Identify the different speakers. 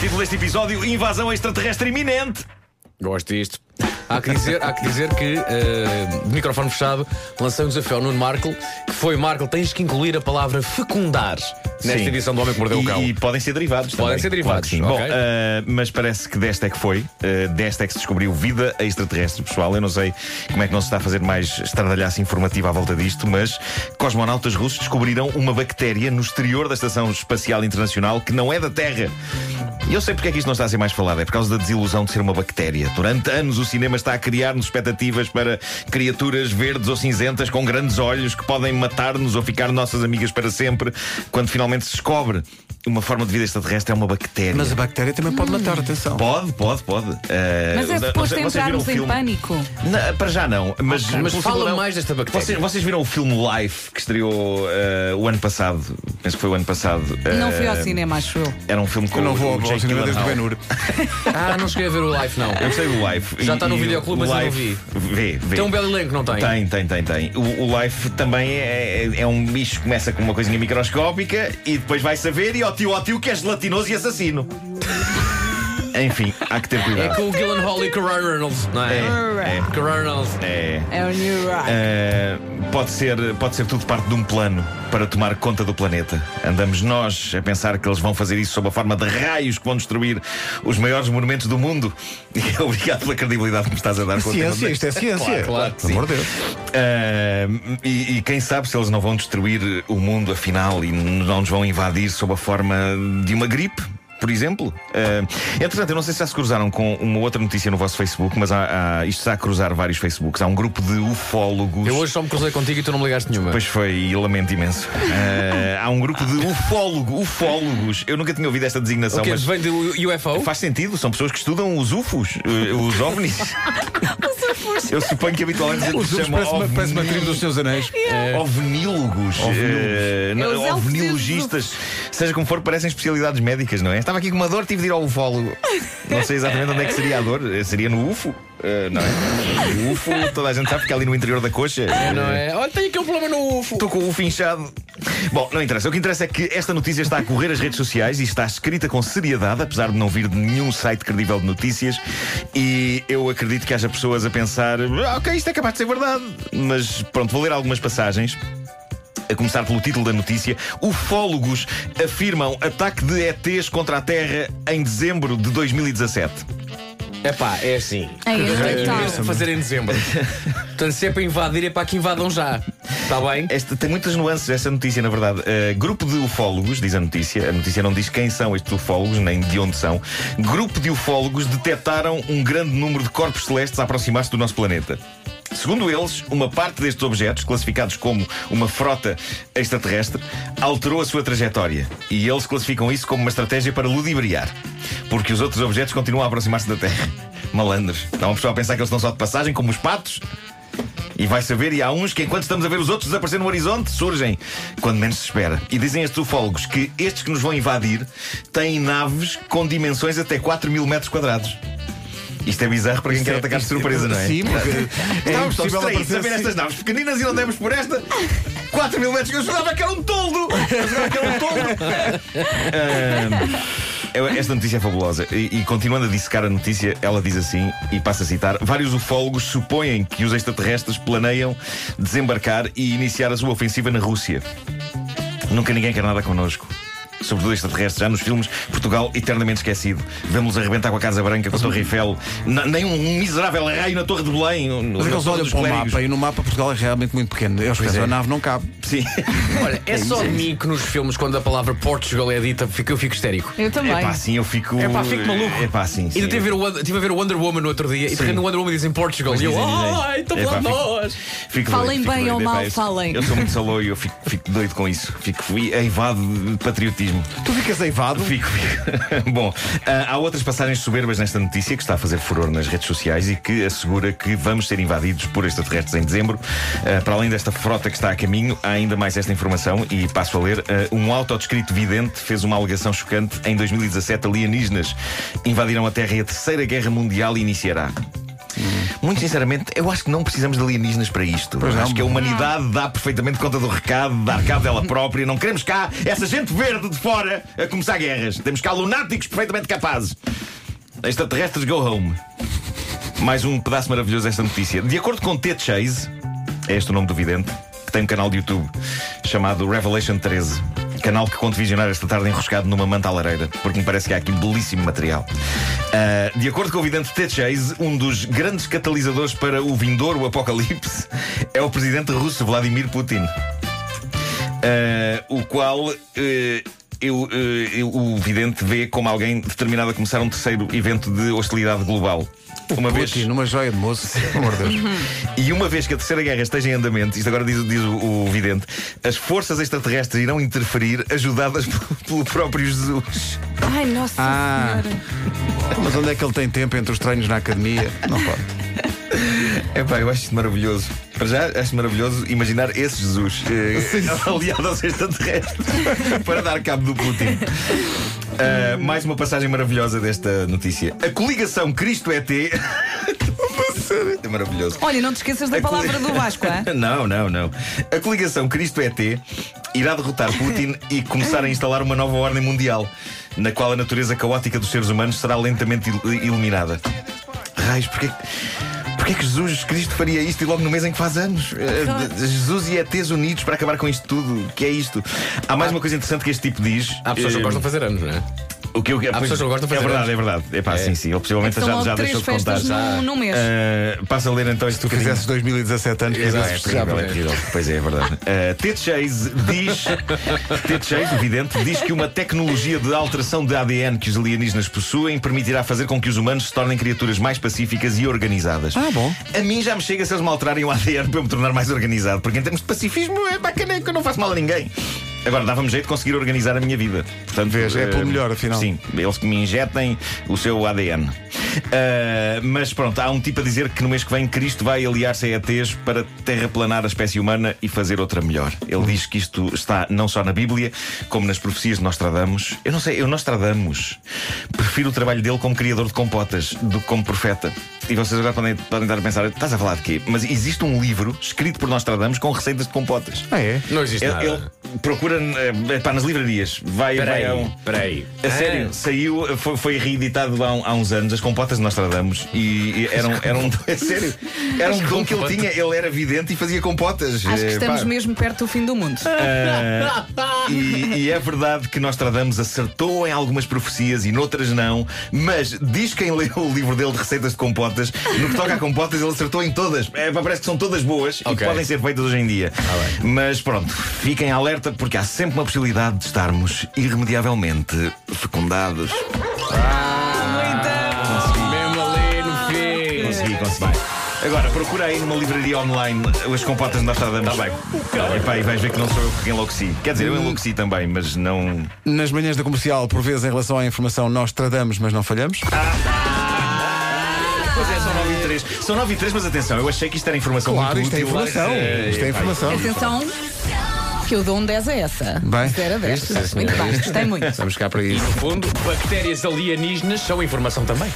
Speaker 1: Título deste episódio: Invasão extraterrestre iminente.
Speaker 2: Gosto disto. Há que dizer, há que, dizer que eh, de microfone fechado, lancei um desafio ao Nuno Marco, que foi Marco, tens que incluir a palavra fecundar nesta
Speaker 1: Sim.
Speaker 2: edição do Homem que Mordeu
Speaker 1: e,
Speaker 2: o Cão.
Speaker 1: E podem ser derivados
Speaker 2: Podem
Speaker 1: também.
Speaker 2: ser derivados,
Speaker 1: Claro que sim.
Speaker 2: ok.
Speaker 1: Bom, ah, mas parece que desta é que foi. ah, desta é que se descobriu vida extraterrestre, pessoal. Eu não sei como é que não se está a fazer mais estardalhaço informativo à volta disto, mas cosmonautas russos descobriram uma bactéria no exterior da Estação Espacial Internacional que não é da Terra. E eu sei porque é que isto não está a ser mais falado. É por causa da desilusão de ser uma bactéria. Durante anos o cinema está a criar-nos expectativas para criaturas verdes ou cinzentas com grandes olhos que podem matar-nos ou ficar nossas amigas para sempre. Quando finalmente se descobre uma forma de vida extraterrestre é uma bactéria.
Speaker 3: Mas a bactéria também pode matar, atenção.
Speaker 1: Pode, pode, pode. Eh,
Speaker 4: Mas é
Speaker 1: não- não
Speaker 4: suposto
Speaker 1: sei- vocês viram o
Speaker 4: entrarmos em
Speaker 1: filme?
Speaker 4: pânico.
Speaker 1: Na- para já não, mas,
Speaker 2: Ok. Mas
Speaker 1: pelo
Speaker 2: fala
Speaker 1: cinturão-
Speaker 2: mais desta bactéria.
Speaker 1: Vocês, vocês viram o filme Life que estreou eh, o ano passado? Penso que foi o ano passado.
Speaker 4: Não fui ao
Speaker 1: Eh,
Speaker 4: cinema, acho eu.
Speaker 1: Era um filme com
Speaker 3: Eu não
Speaker 1: o-
Speaker 3: vou
Speaker 1: o
Speaker 3: ao- ao
Speaker 1: Jake
Speaker 3: cinema desde o
Speaker 1: Gyllenhaal.
Speaker 3: Ben-Hur.
Speaker 2: Ah, não cheguei a ver o live, não. É
Speaker 1: Eu sei do Life.
Speaker 2: Já
Speaker 1: E-
Speaker 2: está no
Speaker 1: e o
Speaker 2: videoclube, mas eu não
Speaker 1: Life- Vê, vê.
Speaker 2: Tem um belo elenco, não tem?
Speaker 1: Tem, tem, tem, tem. O, o Life também é, é um bicho que começa com uma coisinha microscópica e depois vai saber e ó tio, ó tio, que é gelatinoso e assassino. Enfim, há que ter
Speaker 2: É
Speaker 1: cuidado.
Speaker 2: com o Gillan Hall e com o Ryan Reynolds, não é?
Speaker 1: Ah. é.
Speaker 2: Com o Ryan Reynolds.
Speaker 1: é, é.
Speaker 4: É o New Rock.
Speaker 1: Uh, pode, ser, pode ser tudo parte de um plano para tomar conta do planeta. Andamos nós a pensar que eles vão fazer isso sob a forma de raios que vão destruir os maiores monumentos do mundo. E obrigado pela credibilidade que me estás a dar com o tema
Speaker 3: Ciência,
Speaker 1: deste.
Speaker 3: isto é ciência.
Speaker 2: Claro, claro que
Speaker 3: Pelo amor de Deus.
Speaker 1: Uh, e, e quem sabe se eles não vão destruir o mundo afinal e n- não nos vão invadir sob a forma de uma gripe. Por exemplo, uh, entretanto, eu não sei se já se cruzaram com uma outra notícia no vosso Facebook, mas há, há- isto está a cruzar vários Facebooks. Há um grupo de ufólogos.
Speaker 2: Eu hoje só me cruzei contigo e tu não me ligaste nenhuma.
Speaker 1: Pois foi, e lamento imenso. Eh, há um grupo de ufólogo, ufólogos. Eu nunca tinha ouvido esta designação,
Speaker 2: o quê?
Speaker 1: mas
Speaker 2: é
Speaker 1: é
Speaker 2: Vem do UFO?
Speaker 1: faz sentido. São pessoas que estudam os ufos, eh, os ovnis. Eu suponho que habitualmente se
Speaker 3: Os outros
Speaker 1: chama
Speaker 3: parece uma, parece uma tribo dos
Speaker 1: ovni-
Speaker 3: seus anéis.
Speaker 2: É.
Speaker 1: ovnílogos. eh, não,
Speaker 4: É os elfos
Speaker 1: Ovniologistas. Seja como for, parecem especialidades médicas, não é? Estava aqui com uma dor, tive de ir ao ufólogo. Não sei exatamente onde é que seria a dor. Eh, Seria no ufo? Eh, não é? O ufo, toda a gente sabe que é ali no interior da coxa.
Speaker 2: Não é? Olha, tenho aqui um problema no UFO.
Speaker 1: Estou com o finchado. Bom, não interessa. O que interessa é que esta notícia está a correr as redes sociais e está escrita com seriedade, apesar de não vir de nenhum site credível de notícias. E eu acredito que haja pessoas a pensar: "Ah, ok, isto é capaz de ser verdade. Mas pronto, vou ler algumas passagens. A começar pelo título da notícia, ufólogos afirmam ataque de ETs contra a Terra em dezembro de 2017.
Speaker 2: É pá, é assim.
Speaker 4: Ai, eu não
Speaker 2: É
Speaker 4: acredito.
Speaker 2: imenso a fazer em dezembro. Portanto, se é para invadir, é para que invadam já. Está bem?
Speaker 1: Esta- tem muitas nuances esta notícia, na verdade. Uh, grupo de ufólogos, diz a notícia. A notícia não diz quem são estes ufólogos, nem de onde são. Grupo de ufólogos detectaram um grande número de corpos celestes a aproximar-se do nosso planeta. Segundo eles, uma parte destes objetos, classificados como uma frota extraterrestre, alterou a sua trajetória. E eles classificam isso como uma estratégia para ludibriar. Porque os outros objetos continuam a aproximar-se da Terra. Malandros. Dá uma pessoa a pensar que eles estão só de passagem, como os patos, e vai saber, e há uns que, enquanto estamos a ver os outros desaparecer no horizonte, surgem quando menos se espera. E dizem estes ufólogos que estes que nos vão invadir têm naves com dimensões até 4 mil metros quadrados. Isto é bizarro para quem quer atacar de surpresa, não é?
Speaker 3: Sim, mas eh,
Speaker 1: É
Speaker 3: estávamos
Speaker 1: impossível
Speaker 3: todos
Speaker 1: distraídos a ver
Speaker 3: assim.
Speaker 1: estas naves pequeninas e não demos por esta. 4 mil metros, eu jurava que era um toldo! Eu jurava que era um toldo! Eu- Esta notícia é fabulosa e, e continuando a dissecar a notícia, ela diz assim, e passa a citar: Vários ufólogos supõem que os extraterrestres planeiam desembarcar e iniciar a sua ofensiva na Rússia. Nunca ninguém quer nada connosco. Sobretudo extraterrestres, já nos filmes Portugal eternamente esquecido. Vemos arrebentar com a Casa Branca, com a Torre Eiffel, Na- nem um miserável raio na Torre de Belém.
Speaker 3: Mas é que eles olham para o mapa e no mapa Portugal é realmente muito pequeno. Eles pensam,
Speaker 1: é.
Speaker 3: a nave não cabe.
Speaker 1: Sim.
Speaker 2: Olha, é, só de mim que nos filmes, quando a palavra Portugal é dita, fico- eu fico histérico.
Speaker 4: Eu também.
Speaker 1: É pá, assim eu fico.
Speaker 2: É pá, fico maluco.
Speaker 1: É pá, assim.
Speaker 2: Ainda estive a, ver o Wonder- tive a ver o Wonder Woman no outro dia e de repente no Wonder Woman dizem Portugal. E eu,
Speaker 1: dizem, dizem.
Speaker 3: Ah,
Speaker 2: ai,
Speaker 3: então
Speaker 2: estamos
Speaker 1: É pá,
Speaker 2: lá
Speaker 1: fico-
Speaker 2: nós.
Speaker 1: Fico
Speaker 4: Falem
Speaker 1: fico
Speaker 4: bem ou
Speaker 1: É pá,
Speaker 4: mal,
Speaker 1: eu-
Speaker 4: falem.
Speaker 1: Eu sou muito salou e eu fico, fico doido com isso. Fico fui eivado de patriotismo.
Speaker 3: Tu ficas aivado.
Speaker 1: Fico, fico. Bom, ah, há outras passagens soberbas nesta notícia que está a fazer furor nas redes sociais e que assegura que vamos ser invadidos por extraterrestres em dezembro. Ah, para além desta frota que está a caminho, há ainda mais esta informação e passo a ler. Ah, um autodescrito vidente fez uma alegação chocante. Em 2017, alienígenas invadiram a Terra e a Terceira Guerra Mundial iniciará. Muito sinceramente, eu acho que não precisamos de alienígenas para isto.
Speaker 3: Pois não.
Speaker 1: acho que a humanidade dá perfeitamente conta do recado, dá cabo dela própria. Não queremos cá essa gente verde de fora a começar guerras. Temos cá lunáticos perfeitamente capazes. Extraterrestres go home. Mais um pedaço maravilhoso desta notícia. De acordo com Ted Chase, é este o nome do vidente, que tem um canal de YouTube chamado Revelation 13. Canal que conto visionar esta tarde enroscado numa manta à lareira, porque me parece que há aqui belíssimo material. Ah, de acordo com o vidente Ted Chase, um dos grandes catalisadores para o vindouro apocalipse é o presidente russo Vladimir Putin. Uh, o qual uh, eu, uh, eu- o vidente vê como alguém determinado a começar um terceiro evento de hostilidade global. Uma vez.
Speaker 3: Putin, numa joia de moço, pelo amor de Deus.
Speaker 1: Uhum. E uma vez que a terceira guerra esteja em andamento, isto agora diz, diz o, o vidente, as forças extraterrestres irão interferir, ajudadas pelo- pelo próprio Jesus.
Speaker 4: Ai, nossa
Speaker 3: Ah.
Speaker 4: senhora.
Speaker 3: Mas onde é que ele tem tempo entre os treinos na academia? Não pode.
Speaker 1: É pá, eu acho isto maravilhoso. Para já, acho maravilhoso imaginar esse Jesus eh, aliado aos extraterrestres para dar cabo do Putin. Ah, mais uma passagem maravilhosa desta notícia. A coligação Cristo-ET. é maravilhoso.
Speaker 4: Olha, não te esqueças da
Speaker 1: A coli-
Speaker 4: palavra do Vasco, É hã?
Speaker 1: Não, não, não. A coligação Cristo-ET irá derrotar Putin e começar a instalar uma nova ordem mundial, na qual a natureza caótica dos seres humanos será lentamente il- eliminada. Raios, porquê, porquê que Jesus Cristo faria isto e logo no mês em que faz anos? Eh, de- Jesus e ETs unidos para acabar com isto tudo. O que é isto? Há
Speaker 4: Ah.
Speaker 1: mais uma coisa interessante que este tipo diz.
Speaker 2: Há pessoas que
Speaker 1: Eh,
Speaker 2: não gostam de fazer anos, não é?
Speaker 1: o que, o que,
Speaker 2: Há pessoas que não gostam de fazer
Speaker 1: É verdade, é verdade. É pá,
Speaker 2: É.
Speaker 1: sim, sim. Ele possivelmente
Speaker 4: São
Speaker 1: já,
Speaker 4: logo
Speaker 1: já
Speaker 4: três
Speaker 1: deixou de contar.
Speaker 4: festas
Speaker 1: Já.
Speaker 4: num, num mês.
Speaker 1: Eh, passa a ler então este
Speaker 3: Tu
Speaker 1: bocadinho.
Speaker 3: fizesse 2017 anos,
Speaker 1: Não,
Speaker 3: fizesse
Speaker 1: é
Speaker 3: festejar.
Speaker 1: terrível, é terrível. Pois é, é verdade. Uh, Ted Chase diz. Ted Chase, evidente, diz que uma tecnologia de alteração de ADN que os alienígenas possuem permitirá fazer com que os humanos se tornem criaturas mais pacíficas e organizadas.
Speaker 3: Ah, bom.
Speaker 1: A mim já me chega se eles me alterarem o ADN para eu me tornar mais organizado, porque em termos de pacifismo é bacana que eu não faço mal a ninguém. Agora, dava-me jeito de conseguir organizar a minha vida. Portanto,
Speaker 3: Vês, é
Speaker 1: eh,
Speaker 3: pelo melhor, afinal.
Speaker 1: Sim, eles que me injetem o seu ADN. Ah, mas pronto, há um tipo a dizer que no mês que vem Cristo vai aliar-se a ETs para terraplanar a espécie humana e fazer outra melhor. Ele diz que isto está não só na Bíblia, como nas profecias de Nostradamus. Eu não sei, eu Nostradamus. Prefiro o trabalho dele como criador de compotas do que como profeta. E vocês agora podem, podem estar a pensar, estás a falar de quê? Mas existe um livro escrito por Nostradamus com receitas de compotas.
Speaker 3: Ah, é?
Speaker 2: Não existe
Speaker 1: Ele,
Speaker 2: nada.
Speaker 1: ele procura eh, pá, nas livrarias, vai, vai a um.
Speaker 2: peraí.
Speaker 1: A sério,
Speaker 2: Ah,
Speaker 1: É. saiu, foi, foi reeditado há, um- há uns anos, as compotas de Nostradamus, e, e eram, eram é sério, era um dom que ele tinha, ele era vidente e fazia compotas.
Speaker 4: Acho que
Speaker 1: eh,
Speaker 4: estamos
Speaker 1: pá.
Speaker 4: mesmo perto do fim do mundo.
Speaker 1: É. E, e é verdade que Nostradamus acertou em algumas profecias e noutras não, mas diz quem leu o livro dele de receitas de compotas, no que toca a compotas, ele acertou em todas. É, pá, parece que são todas boas e que
Speaker 2: Ok.
Speaker 1: podem ser feitas hoje em dia. Mas pronto, fiquem alerta porque há sempre uma possibilidade de estarmos irremediavelmente fecundados.
Speaker 2: Mesmo ali no fim.
Speaker 1: Consegui,
Speaker 3: É.
Speaker 1: consegui. Agora, procura aí numa livraria online as compotas de Nostradamus. Está bem. Epá, e vais ver que não sou eu que enlouqueci. Quer dizer, eu
Speaker 3: Hum.
Speaker 1: enlouqueci também, mas não.
Speaker 3: Nas manhãs da comercial, por vezes, em relação à informação, nós tradamos, mas não falhamos.
Speaker 1: Ah,
Speaker 3: Ah.
Speaker 1: Pois é, são 9 e 3. São 9 e 3, mas atenção, eu achei que isto era informação
Speaker 3: Claro,
Speaker 1: muito
Speaker 3: isto é
Speaker 1: útil.
Speaker 3: informação.
Speaker 1: Eh,
Speaker 3: Isto é
Speaker 1: epá,
Speaker 3: informação.
Speaker 4: Atenção, que eu dou um 10 a essa.
Speaker 3: Bem.
Speaker 4: 0 a 10.
Speaker 2: Isto, sim,
Speaker 4: Muito
Speaker 2: senhora.
Speaker 4: bem, gostei muito.
Speaker 3: Estamos cá para
Speaker 2: E
Speaker 3: isso.
Speaker 2: no fundo, bactérias alienígenas são informação também.